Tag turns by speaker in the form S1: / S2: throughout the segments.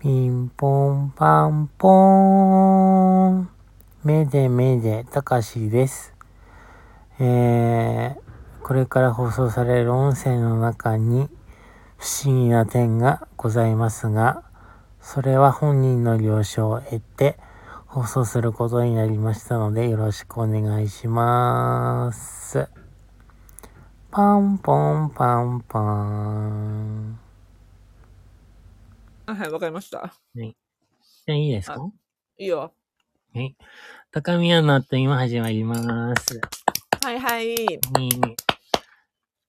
S1: ピンポンパンポーン。めでめでたかしです。えー、これから放送される音声の中に不思議な点がございますが、それは本人の了承を得て放送することになりましたのでよろしくお願いします。パンポンパンパン。
S2: あはい、わかりました。
S1: じゃあいいですか
S2: いいよ。
S1: 高宮の後今始まります。
S2: はいはい。イ
S1: に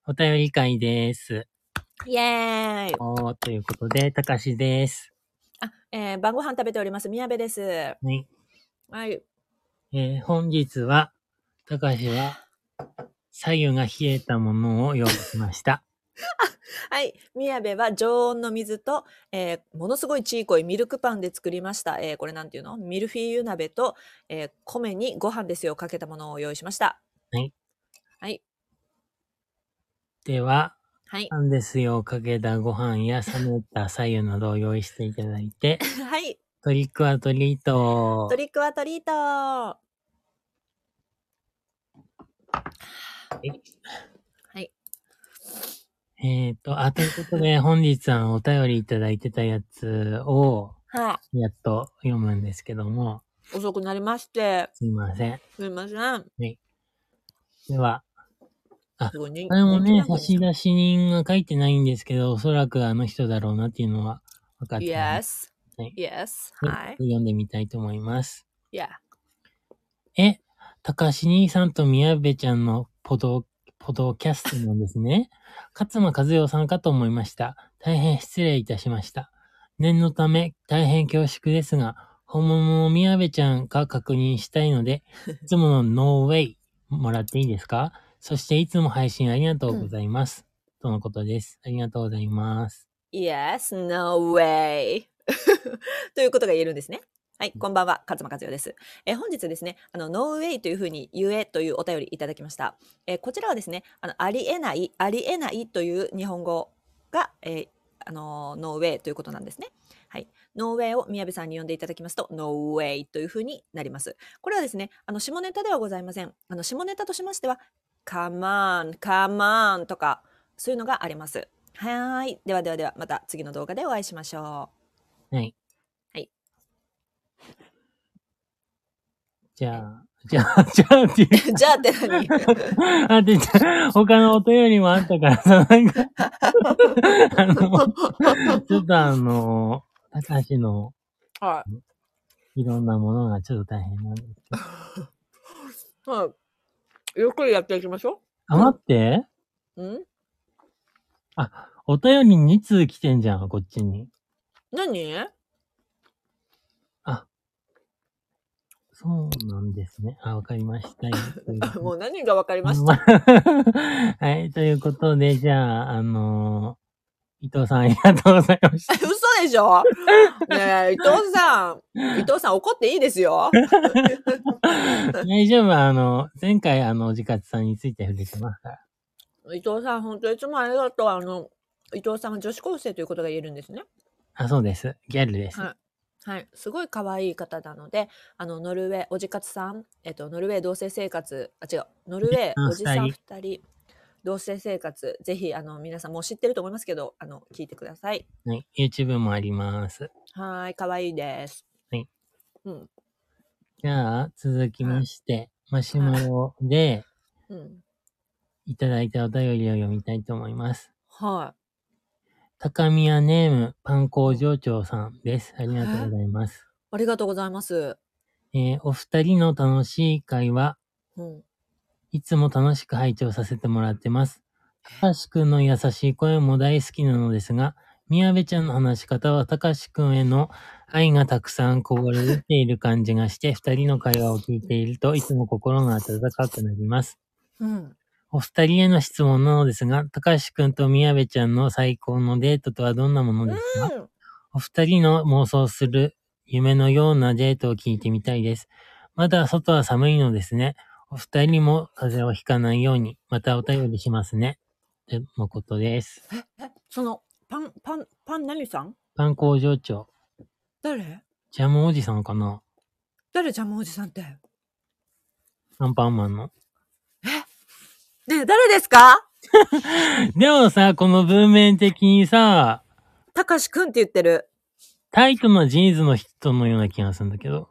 S1: お便り会です。
S2: ェーイ。
S1: おー、ということで、たかしです。
S2: あ、えー、晩ご飯食べております。宮部です。
S1: はい。
S2: はい。
S1: えー本日は、たかしは、左右が冷えたものを用意しました。
S2: はい。宮部は常温の水と、えー、ものすごいちいこいミルクパンで作りました。えー、これなんていうのミルフィーユ鍋と、えー、米にご飯ですよかけたものを用意しました。
S1: では、
S2: はい。
S1: パンですよをかけたご飯や冷めた左右などを用意していただいて、
S2: はい。
S1: トリックはトリート
S2: ト。リックはトリート。
S1: えっ、と、あ、ということで、本日はお便りいただいてたやつを、
S2: は
S1: やっと読むんですけども、
S2: い。遅くなりまして、
S1: すいません。
S2: すいません。
S1: では、
S2: すごい人
S1: あれも
S2: 人気な
S1: ね差
S2: ん、じゃないですか
S1: 出人が書いてないんですけど、おそらくあの人だろうなっていうのは分かってます。
S2: Yes.
S1: はい
S2: Yes.
S1: で
S2: はい。
S1: 読んでみたいと思います。
S2: Yeah.
S1: え、たかし兄さんとみやべちゃんのポド、ポドキャストなんです ね。勝間和代さんかと思いました。大変失礼いたしました。念のため、大変恐縮ですが、本物のみやべちゃんか確認したいの で、いつものノーウェイもらっていいですかそしていつも配信ありがとうございます。とのことです。ありがとうございます。
S2: Yes, no way. ということが言えるんですね。はい、こんばんは、勝間和代です。えー本日ですね、あの、no way というふうに言えというお便りいただきました。えーこちらはですね、あの、ありえない、ありえないという日本語が、えーあのー、no way ということなんですね。はい。no way を宮部さんに呼んでいただきますと、no way というふうになります。これはですね、あの、下ネタではございません。あの、下ネタとしましては、come on, come on とか、そういうのがあります。はーい。ではではでは、また次の動画でお会いしましょ
S1: はい。
S2: はい。
S1: じゃあ、じゃあ、じゃあって言う
S2: う。じゃ あって 何
S1: あ、で、じゃあ他のお便りもあったからさ、なん か、あの、ちょっとあの、高橋の
S2: はい
S1: ろんなものがちょっと大変なんですけど。
S2: い。はい。ゆっくりやっていきましょ
S1: あ、待って。
S2: う。ん
S1: お便り2通来てんじゃん、こっちに。
S2: 何
S1: そうなんですね。あ、わかりました。
S2: もう何がわかりました
S1: はい、ということで、じゃあ、あの伊藤さんありがとうございま した。
S2: 嘘でしょねえ、伊藤さ ん。伊藤さん怒っていいですよ。
S1: 大丈夫、あの、前回、あの、おじかつさんについて触れてますから。
S2: 伊藤さん、本当いつもありがとう。あの、伊藤さんは女子高生ということが言えるんですね。
S1: あ、そうです。ギャルです。
S2: はいはい、すごい可愛い方なので、あのノルウェーおじかつさん、えっとノルウェー同性生活、あ違う、ノルウェ
S1: う
S2: ー
S1: ん
S2: おじさん
S1: 二
S2: 二人同性生活、ぜひあの皆さんもう知ってると思いますけど、あの聞いてください。
S1: はい、YouTube もあります。
S2: はーい、可愛いです。
S1: はい。
S2: うん
S1: じゃあ、続きまして、マシュマロで
S2: うん
S1: いただいたお便りを読みたいと思います。
S2: は
S1: 高宮ネーム、パン工場長さんです。ありがとうございます。
S2: い、ありがとうございます。
S1: えーお二人の楽しい会話、
S2: うん、
S1: いつも楽しく拝聴させてもらってます。たかしくんの優しい声も大好きなのですが、宮部ちゃんの話し方はたかしくんへの愛がたくさんこぼれ出ている感じがして、二人の会話を聞いているといつも心が温かくなります。
S2: うん、
S1: お二人への質問なのですが、たかしくんと宮部ちゃんの最高のデートとはどんなものですか
S2: うん
S1: お二人の妄想する夢のようなデートを聞いてみたいです。まだ外は寒いのですね。お二人も風邪をひかないように、またお便りしますね。とのことです。
S2: えそのパンパンパン何さん？
S1: パン工場長。
S2: 誰
S1: ジャムおじさんかな
S2: 誰ジャムおじさんって。ね
S1: アンパンマンの。
S2: え、誰ですか
S1: でもさ、この文面的にさ、
S2: たかしくんって言ってる。
S1: タイトなジーンズの人のような気がするんだけど。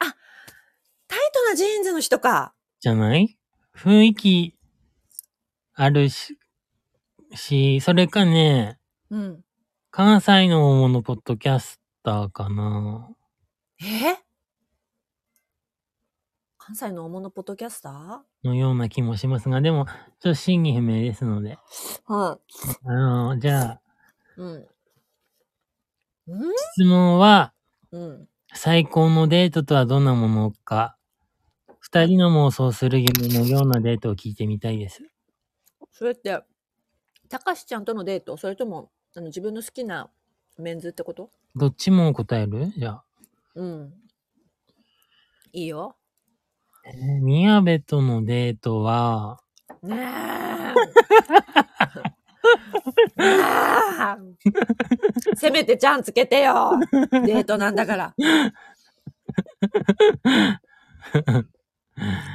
S2: タイトなジーンズの人か。
S1: じゃない雰囲気あるし、し、それかね、
S2: うん。
S1: 関西の大物ポッドキャスターかな。
S2: え関西の大物ポッドキャスタ
S1: のような気もしますが、でも、ちょっと真偽不明ですので。
S2: ーは
S1: あの、じゃあ、
S2: い。うん。うん
S1: 質問は、
S2: うん。
S1: 最高のデートとはどんなものか、二人の妄想する夢のようなデートを聞いてみたいです。
S2: それって、たかしちゃんとのデートそれとも、あの、自分の好きなメンズってこと
S1: どっちも答えるじゃあ。
S2: うん。いいよ。
S1: えー宮部とのデートは、
S2: ねえ。せめてちゃんつけてよ。デートなんだから。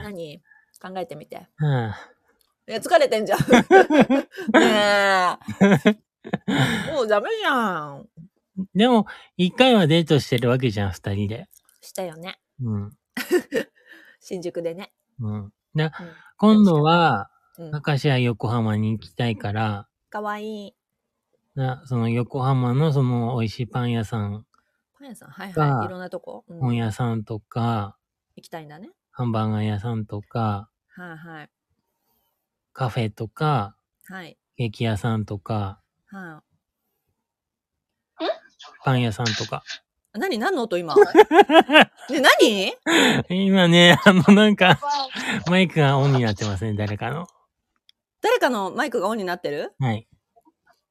S2: 何考えてみて。
S1: はあ、
S2: いや、疲れてんじゃん。ねえ。もうダメじゃん。
S1: でも、一回はデートしてるわけじゃん、二人で。
S2: したよね。
S1: うん。
S2: 新宿でね。
S1: うん。だ
S2: うん
S1: 今度は、
S2: うん、
S1: 明石家横浜に行きたいから、
S2: かわいい。
S1: なその横浜のその美味しいパン屋さん、
S2: パン屋さん、はい
S1: ま
S2: は
S1: あ
S2: い。いろんなとこ、うん
S1: 本
S2: 行
S1: 屋さんとか、
S2: きたいんだね。
S1: ハンバーガー屋さんとか、
S2: はいはい。
S1: カフェとか、
S2: はい。
S1: ケーキ屋さんとか、
S2: は
S1: パン屋さんと か。
S2: い。何何の音今ね何
S1: 今ね、あのなんか、マイクがオンになってますね、誰かの。
S2: 誰かのマイクがオンになってる
S1: はい。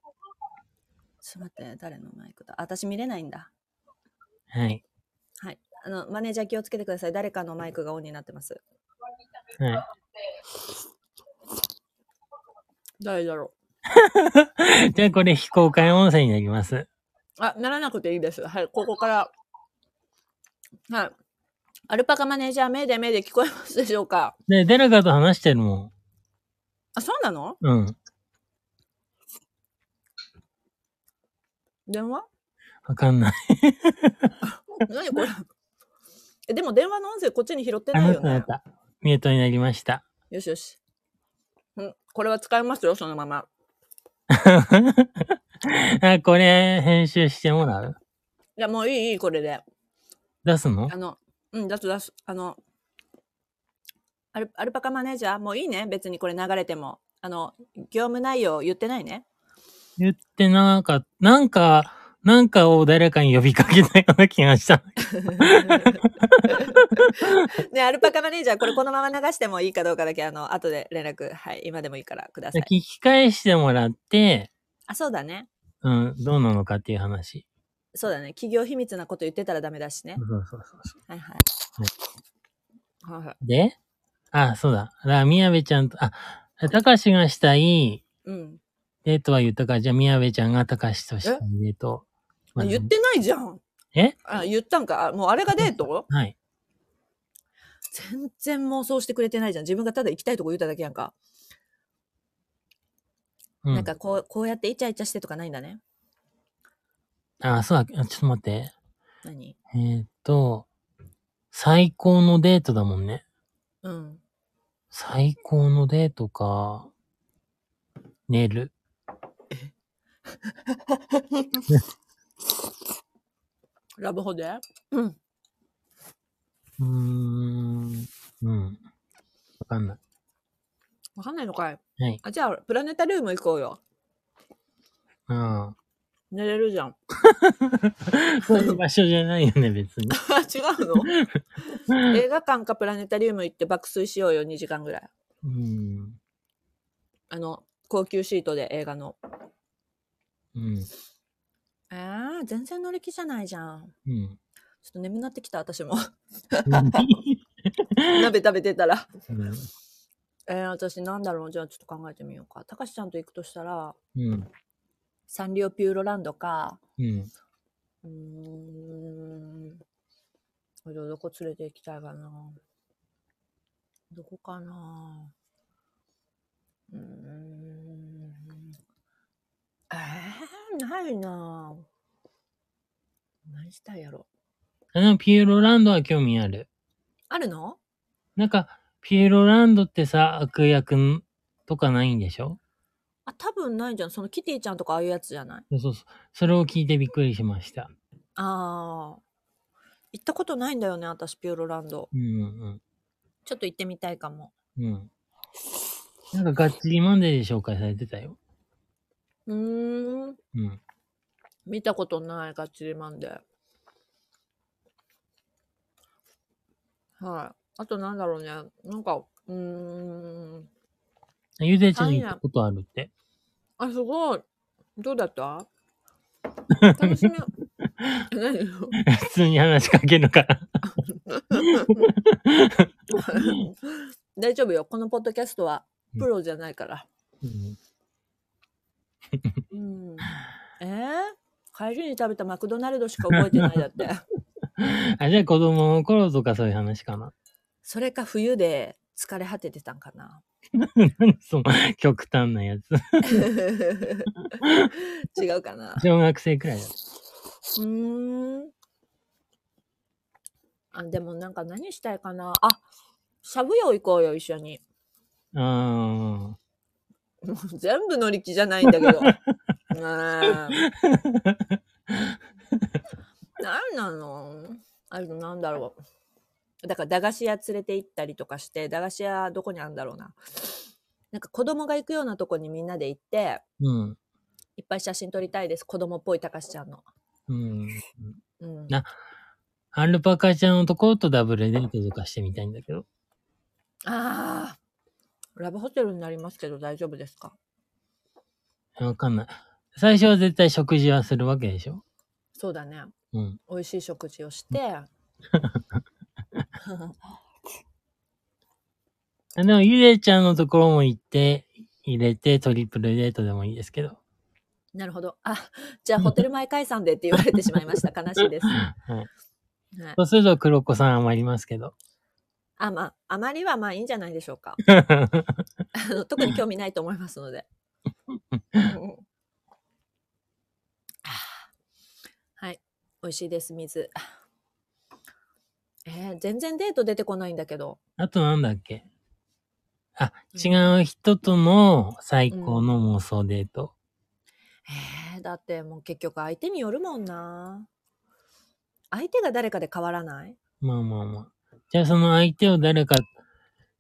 S2: ちょっと待って、誰のマイクだあ私見れないんだ。
S1: はい。
S2: はい。あの、マネージャー気をつけてください。誰かのマイクがオンになってます。
S1: は
S2: 誰だろ
S1: い。じゃあこれ非公開音声になります。
S2: うあ、ならなくていいです。はい、ここから。はい。アルパカマネージャー、目で目で聞こえますでしょうか
S1: で、誰かと話してるも
S2: あ、そうなの
S1: ん。うん。
S2: 電話
S1: わかんない。
S2: 何これえ、でも電話の音声こっちに拾って
S1: あ
S2: ない
S1: な
S2: よ
S1: たあな
S2: ね。
S1: た。ミュートになりました。
S2: よしよし。うん、これは使えますよ、そのまま。
S1: あ、これ編集してもらう
S2: いや、もういい、いい、これで。
S1: 出すの
S2: あの、うん、出す出す。あの、アルアルパカマネージャー、もういいね。別にこれ流れても。あの、業務内容言ってない ね。
S1: 言ってなんか、なんか、なんかを誰かに呼びかけたような気がした。
S2: ね、アルパカマネージャー、これこのまま流してもいいかどうかだけ、あの、後で連絡、はい、今でもいいからください。
S1: 聞き返してもらって、
S2: あ、そうだね。
S1: うん、どうなのかっていう話。
S2: そうだね。企業秘密なこと言ってたらダメだしね
S1: そう。そうそうそう。
S2: はいはい。はいはい。
S1: であ、そうだ。だから、宮部ちゃんと、あ、たかしがしたい
S2: うん。
S1: デートは言ったから、じゃあ宮部ちゃんがたかしとしたいデート。まあ
S2: 言ってないじゃん。
S1: え
S2: あ、言ったんか。あもうあれがデート
S1: はい。
S2: 全然妄想してくれてないじゃん。自分がただ行きたいとこ言っただけやんか。
S1: うん、
S2: なんかこう、こうやってイチャイチャしてとかないんだね。
S1: あ、そうだ。あちょっと待って。
S2: 何
S1: えーっと、最高のデートだもんね。
S2: うん。
S1: 最高のデートか。寝る。
S2: ラブホでうん。
S1: うーん。うん。わかんない。
S2: わかんないのかい。
S1: はい。
S2: あ、じゃあ、プラネタリウム行こうよ。
S1: うん。
S2: 寝れるじゃん。
S1: そういう場所じゃないよね、別に。
S2: あ 違う の映画館かプラネタリウム行って爆睡しようよ、2時間ぐらい。
S1: うん。
S2: あの、高級シートで映画の。
S1: うん。
S2: えー、全然乗り気じゃないじゃん。
S1: うん。
S2: ちょっと眠なってきた、私も。 鍋食べてたら。
S1: うん
S2: えー、私なんだろうじゃあちょっと考えてみようか。たかしちゃんと行くとしたら、
S1: うん。
S2: サンリオピューロランドか、
S1: うん。
S2: うーんいろどこ連れて行きたいかな。どこかな。うーん。えー、ないな。何したいやろ。
S1: あの、ピエロランドは興味ある。
S2: あるの
S1: なんか、ピエロランドってさ、悪役とかないんでしょ
S2: あ、多分ないじゃん。そのキティちゃんとかああいうやつじゃない
S1: そうそうそう。それを聞いてびっくりしました。
S2: ああ。行ったことないんだよね、私、ピューロランド。
S1: うんうん
S2: ちょっと行ってみたいかも。
S1: うん。うん。なんか、ガッチリマンデーで紹介されてたよ。
S2: うーん。
S1: うん。
S2: 見たことない、ガッチリマンデー。はい。あとなんだろうね。なんか、うーん。
S1: ゆでちゃん行ったことあるって。
S2: あ、すごい。どうだった楽しみ。何 よ
S1: 普通に話しかけるのかな。
S2: 大丈夫よ。このポッドキャストはプロじゃないから。
S1: うん
S2: うん。えー、帰りに食べたマクドナルドしか覚えてないだ って。
S1: あ、じゃあ子供の頃とかそういう話かな。
S2: それか冬で疲れ果ててたんかな。
S1: 何その極端なやつ。
S2: 違うかな。
S1: 小学生くらいだった。
S2: うーん。あ、でもなんか何したいかな。あ、しゃぶ用行こうよ、一緒に。
S1: あ
S2: もう全部乗り気じゃないんだけど。 ねえ。なんなのあとなんだろう。だから駄菓子屋連れて行ったりとかして、駄菓子屋どこにあるんだろうな。なんか子供が行くようなとこにみんなで行って、
S1: ー。
S2: いっぱい写真撮りたいです。子供っぽいたかしちゃんの。
S1: うん。うん。
S2: うん。
S1: なアルパカちゃんのところとダブルデートとかしてみたいんだけど。
S2: ああ。ラブホテルになりますけど大丈夫ですか
S1: わかんない。最初は絶対食事はするわけでしょ
S2: そうだね。
S1: うん。
S2: 美味しい食事を して。
S1: あでも、ゆでちゃんのところも行って、入れてトリプルデートでもいいですけど。
S2: なるほど。あ、じゃあホテル前解散でって言われてしまいました。悲しいです。は
S1: はい。
S2: い、
S1: そうすると黒子さん余りますけ ど。
S2: あ、まあ、あまりはまあいいんじゃないでしょうか。あの特に興味ないと思いますので。うんあーはい。美味しいです、水。えー全然デート出てこないんだけど。
S1: あとなんだっけあ、違
S2: うん。
S1: う人との最高の妄想デート。
S2: えーだってもう結局相手によるもんな。相手が誰かで変わらない
S1: まあまあまあ。じゃあその相手を誰か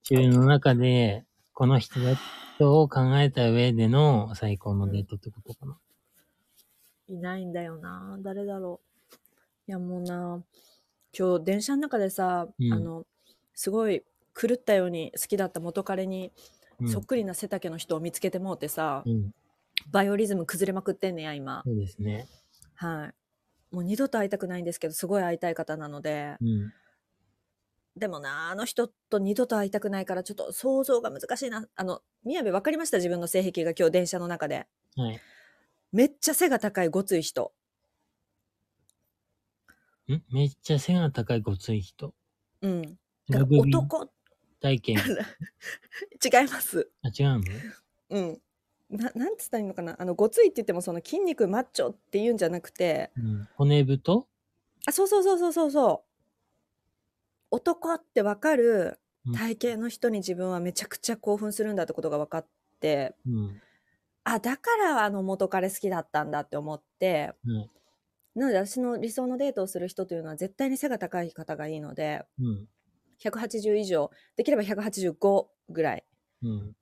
S1: 自分の中で、この人だとを考えた上での最高のデートってことかな。
S2: いないんだよな。誰だろう。いやもうな、今日電車の中でさ、
S1: うん
S2: あの、すごい狂ったように好きだった元彼に
S1: うん。
S2: そっくりな背丈の人を見つけてもうてさ、
S1: うん。
S2: バイオリズム崩れまくってんねや、今。
S1: そうですね。
S2: はい。もう二度と会いたくないんですけど、すごい会いたい方なので、
S1: うん。
S2: でもな、あの人と二度と会いたくないから、ちょっと想像が難しいな。あの、宮部分かりました自分の性癖が今日電車の中で。
S1: はい。
S2: めっちゃ背が高いごつい人。
S1: んめっちゃ背が高いごつい人。
S2: うん。だ
S1: ラ
S2: か
S1: グビ
S2: ら
S1: ー
S2: 男、
S1: 体 験。
S2: 違います。
S1: あ、違うの
S2: うん。ななんつったらいいのかなあのごついって言ってもその筋肉マッチョっていうんじゃなくて
S1: うん。骨太
S2: あそうそうそうそうそうそう男ってわかる
S1: うん
S2: 体型の人に自分はめちゃくちゃ興奮するんだってことが分かって
S1: うん。
S2: あだからあの元彼好きだったんだって思って
S1: うん。
S2: なので私の理想のデートをする人というのは絶対に背が高い方がいいので
S1: うん。
S2: 180以上できれば185ぐらい
S1: うん。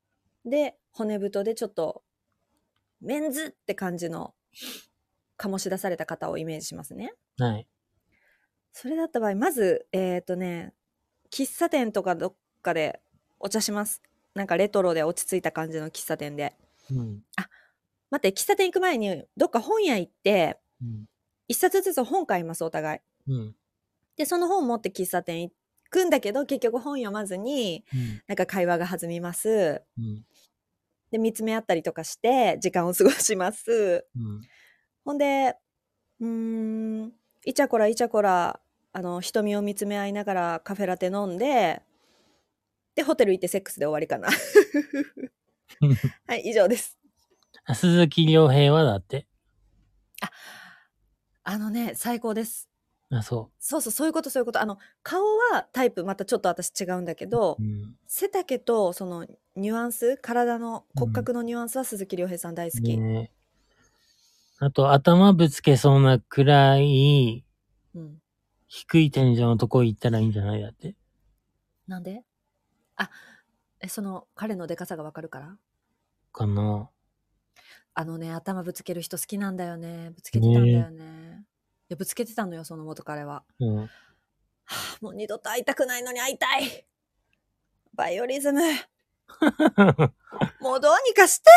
S2: で骨太でちょっとメンズって感じの醸し出された方をイメージしますね。
S1: はい。
S2: それだった場合まずえっ、とね喫茶店とかどっかでお茶します。なんかレトロで落ち着いた感じの喫茶店で。
S1: うん。
S2: 待って喫茶店行く前にどっか本屋行って
S1: うん。
S2: 一冊ずつ本買いますお互い。
S1: うん。
S2: でその本持って喫茶店行くんだけど結局本読まずに
S1: うん。
S2: なんか会話が弾みます。
S1: うん。
S2: で見つめ合ったりとかして時間を過ごします。
S1: うん。
S2: ほんで、うーん、いちゃこらいちゃこら、あの瞳を見つめ合いながらカフェラテ飲んででホテル行ってセックスで終わりかなはい以上です
S1: あ鈴木亮平はだって。
S2: あのね最高です
S1: あ、そ
S2: そうそうそういうことそういうことあの顔はタイプまたちょっと私違うんだけど
S1: う。うん。
S2: 背丈とそのニュアンス体の骨格のニュアンスは鈴木亮平さん大好き、
S1: ねあと、頭ぶつけそうなくらい、
S2: うん、
S1: 低い天井のとこ行ったらいいんじゃないだって。
S2: なんであえその彼のでかさがわかるから
S1: かな。
S2: あのね頭ぶつける人好きなんだよねぶつけてたんだよねいやぶつけてたのよその元彼は
S1: うん。
S2: はあもう二度と会いたくないのに会いたいバイオリズムもうどうにかして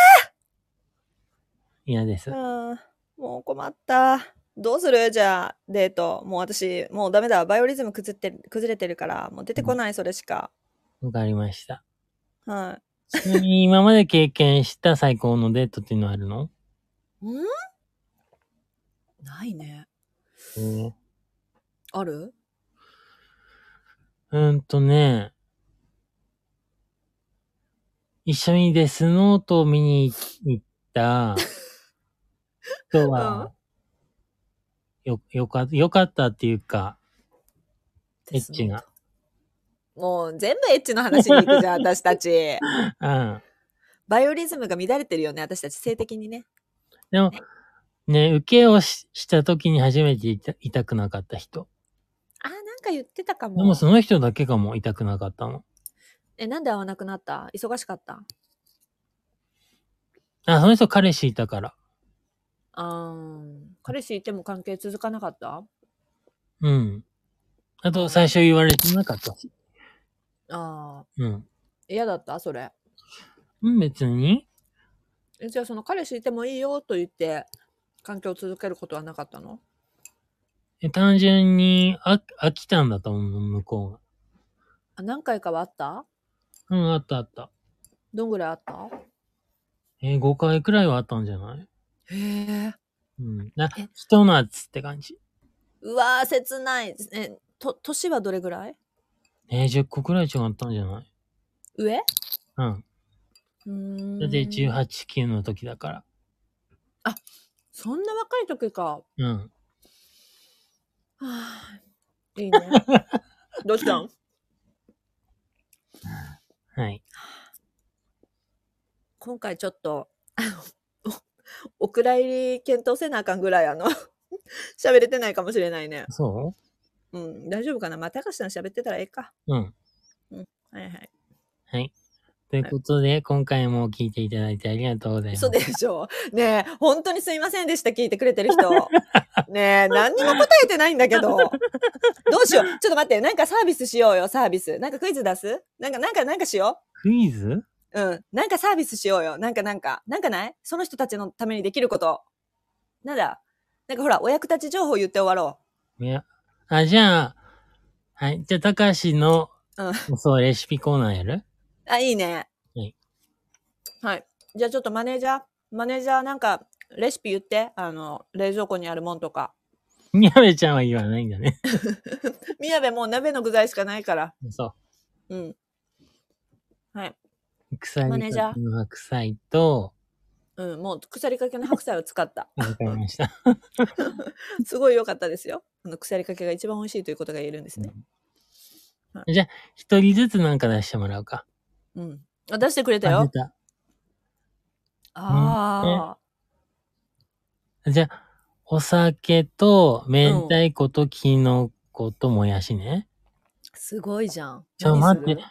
S1: 嫌です
S2: う。んもう困ったどうするじゃあデートもう私もうダメだバイオリズム崩って崩れてるからもう出てこないそれしか
S1: わかりました。
S2: はい
S1: ちなみに今まで経験した最高のデートっていうのはあるの
S2: うんないね。
S1: うん
S2: ある
S1: うーんとね、一緒にデスノートを見に行った人は、よ、よか、よかったっていうか、エッチが。
S2: もう全部エッチの話に行くじゃん、私たち。
S1: うん。
S2: バイオリズムが乱れてるよね、私たち性的にね。
S1: でも、ね、受けをしした時に初めて痛痛くなかった人。
S2: あー、なんか言ってたか
S1: でも
S2: も。
S1: その人だけかも痛くなかったの。
S2: え、なんで会わなくなった忙しかった
S1: あ、その人彼氏いたから。
S2: あー彼氏いても関係続かなかった
S1: うん。あと、最初言われてなかったし。
S2: あー
S1: うん。
S2: 嫌だったそれ。
S1: うん、別に。
S2: えじゃあその彼氏いてもいいよと言って、関係を続けることはなかったの
S1: え単純に飽飽きたんだと思う、向こ
S2: あ何回かはあった
S1: うが。うん、あったあった。
S2: どんぐらいあった
S1: えー5回くらいはあったんじゃない
S2: へえ。
S1: うん。な
S2: え、
S1: 人の圧って感じ。
S2: うわー、切ない。え、と、年はどれぐらい
S1: えー10個くらい違ったんじゃない
S2: 上う
S1: うん。
S2: ーん。
S1: だって18、9の時だから。
S2: そんな若い時か。は
S1: うん。
S2: あ、いいね。どうしたん
S1: はい。
S2: 今回ちょっと、あの、おお蔵入り検討せなあかんぐらい、あの、 喋れてないかもしれないね。
S1: そ
S2: うん、大丈夫かなまあ、高橋さん喋ってたらええか。
S1: ううん。
S2: はいはい。
S1: はい。ということで、今回も聞いていただいてありがとうございます。
S2: 嘘でしょねえ、本当にすいませんでした、聞いてくれてる 人。ねえ、何にも答えてないんだけど。どうしよう。ちょっと待って、なんかサービスしようよ、サービス。なんかクイズ出すなんか、なんか、なんかしよ
S1: クイズ
S2: う。うん。なんかサービスしようよ。なんか、なんか、なんかないその人たちのためにできること。なんだなんかほら、お役立ち情報言って終わろ
S1: いや。あ、じゃあ、はい。じゃあ、たかしの、そう、レシピコーナーやる
S2: う。あ、いいね。
S1: はい。
S2: はい。じゃあちょっとマネージャー、マネージャーなんか、レシピ言って。あの、冷蔵庫にあるもんとか。
S1: みやべちゃんは言わないんだね。
S2: 宮部もう鍋の具材しかないから。
S1: そ
S2: うん。はい。
S1: う。臭い
S2: マネージャー
S1: の白菜と、
S2: うん、もう腐りかけの白菜を使 った。
S1: わかりました。
S2: すごい良かったですよ。あの腐りかけが一番美味しいということが言えるんですね。
S1: 一人ずつなんか出してもらうか。
S2: うん。あ出してくれた
S1: あ出
S2: よ。
S1: た。
S2: ああ、
S1: じゃあ、お酒と、明太子とキノコともやしね。
S2: すごいじゃん。
S1: ちょ
S2: 何す
S1: 待っ
S2: る
S1: て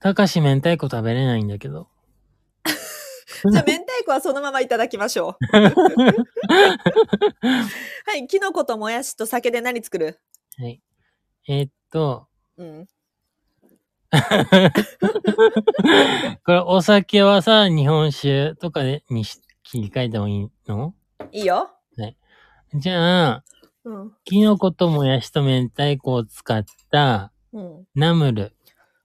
S1: たかし明太子食べれないんだけど。
S2: じゃあ、明太子はそのままいただきまし ょう。はい、きのこともやしと酒で何作る
S1: はい。えーっと、
S2: うん。
S1: これお酒はさ、日本酒とかでにし切り替えてもいいの
S2: いいよ。
S1: じゃあ、
S2: うん。
S1: キノコともやしと明太子を使った
S2: うん。
S1: ナムル。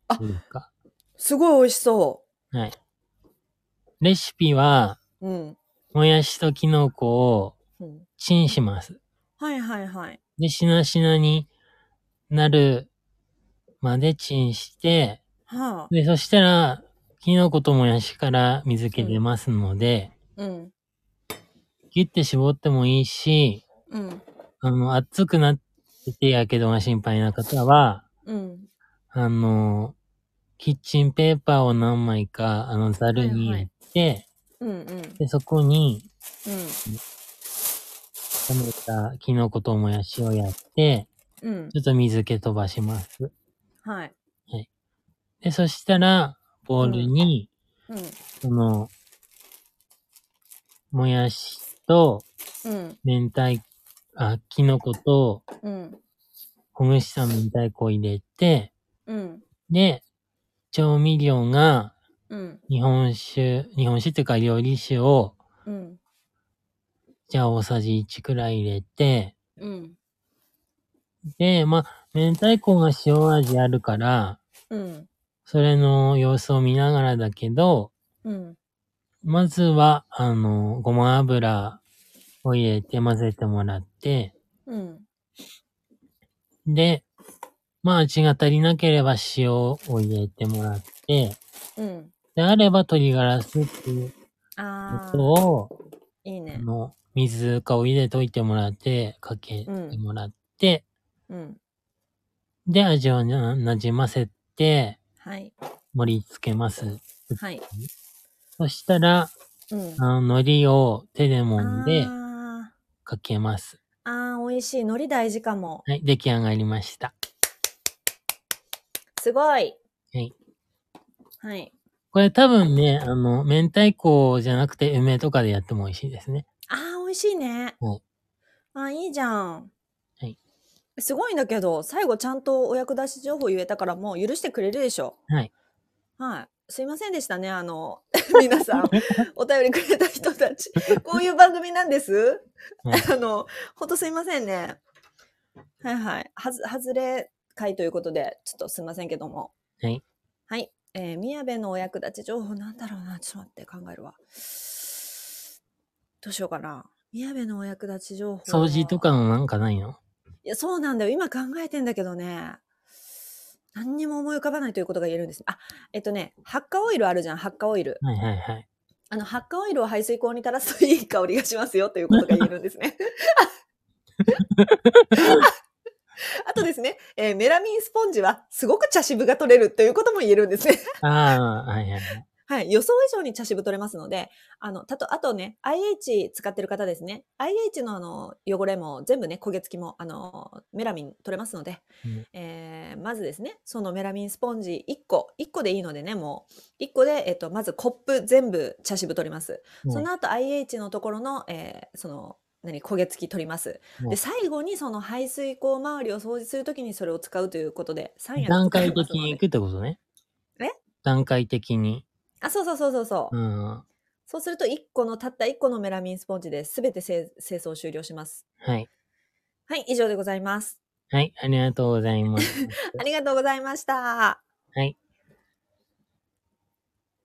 S2: あ
S1: どうですか
S2: すごい美味しそ
S1: はい。レシピは、
S2: う。うん。
S1: もやしとキノコを
S2: うん、
S1: チンします。
S2: はいはいはい。
S1: で、しなしなになるまでチンして、
S2: はあ。
S1: で、そしたら、キノコともやしから水気出ますので、
S2: うん。
S1: ギュッて絞ってもいいし、
S2: うん。
S1: あの、熱くなっててやけどが心配な方は、
S2: うん。
S1: あの、キッチンペーパーを何枚か、あの、ざるに入れて、
S2: うん。うん。
S1: で、そこに、
S2: うん。
S1: 冷めたキノコともやしをやって、
S2: うん。
S1: ちょっと水気飛ばします。
S2: はい。
S1: で、そしたら、ボウルに、
S2: うん。
S1: その、もやしと、
S2: うん。
S1: 明太、あ、キノコと、
S2: うん。
S1: ほぐした明太子を入れて、
S2: うん。
S1: で、調味料が、
S2: うん。
S1: 日本酒、日本酒っていうか料理酒を、
S2: うん。
S1: じゃあ大さじ1くらい入れて、
S2: うん。
S1: で、まあ、明太子が塩味あるから、
S2: うん。
S1: それの様子を見ながらだけど、
S2: うん。
S1: まずは、あの、ごま油を入れて混ぜてもらって、
S2: うん。
S1: で、まあ味が足りなければ塩を入れてもらって、
S2: うん。
S1: であれば鶏ガラスープ
S2: ああ。
S1: を、
S2: いいね
S1: あ。の、水かお湯で溶いてもらって、かけてもらって、
S2: うん。
S1: で、味をな馴染ませて、
S2: はい。
S1: 盛り付けます。
S2: はい。
S1: そしたら、
S2: うん。
S1: あの海苔を手で
S2: あ
S1: 揉んで
S2: ー
S1: かけます。
S2: あー、美味しい。海苔大事かも。
S1: はい、出来上がりました。
S2: すごい。
S1: はい。
S2: はい。
S1: これ多分ね、あの、明太子じゃなくて梅とかでやっても美味しいですね。
S2: あー、美味しいね。
S1: うん
S2: あー、いいじゃん。
S1: はい。
S2: すごいんだけど、最後ちゃんとお役立ち情報言えたからもう許してくれるでしょ。
S1: はい。
S2: はい。すいませんでしたね。あの、 皆さん、お便りくれた人たち。こういう番組なんです。
S1: はい
S2: あの、ほんとすいませんね。はいはい。はず、外れ会ということで、ちょっとすいませんけども。
S1: はい。
S2: はい。えー、宮部のお役立ち情報なんだろうな。ちょっと待って、考えるわ。どうしようかな。宮部のお役立ち情報。
S1: 掃除と。かのなんかないの
S2: いや、そうなんだよ。今考えてんだけどね。何にも思い浮かばないということが言えるんです。あ、えっとね、発火オイルあるじゃん、発火オイル。
S1: はいはいはい。
S2: あの、発火オイルを排水口に垂らすといい香りがしますよということが言えるんですね。あとですね、えーメラミンスポンジはすごく茶渋が取れるということも言えるんですね。
S1: ああ、はいはいはい。
S2: はい。予想以上に茶渋取れますので、あの、たと、あとね、IH 使ってる方ですね。IH のあの、汚れも全部ね、焦げ付きも、あの、メラミン取れますので、
S1: うん
S2: えーまずですね、そのメラミンスポンジ1個、1個でいいのでね、もう、1個で、えっと、まずコップ全部茶渋取ります。その後 IH のところの、えーその何焦げ付き取ります。
S1: はい
S2: で最後にその排水口周りを掃除するときにそれを使うということで三役
S1: 段
S2: 使い
S1: 階
S2: ます
S1: 的
S2: ので
S1: に行くってことね。
S2: え
S1: 段階的に。
S2: あそうそうそうそうそ
S1: う
S2: う、
S1: ん。は
S2: そうすると一個のたった一個のメラミンスポンジで全て清清掃終了します。
S1: い。
S2: はい以上でございます。
S1: はい、ありがとうございます。
S2: ありがとうございました。
S1: はい。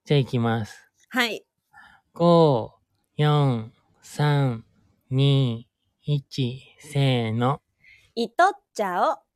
S1: じゃあ行きます。
S2: はい
S1: 5、4、3、2、1、せーの。
S2: いとっちゃお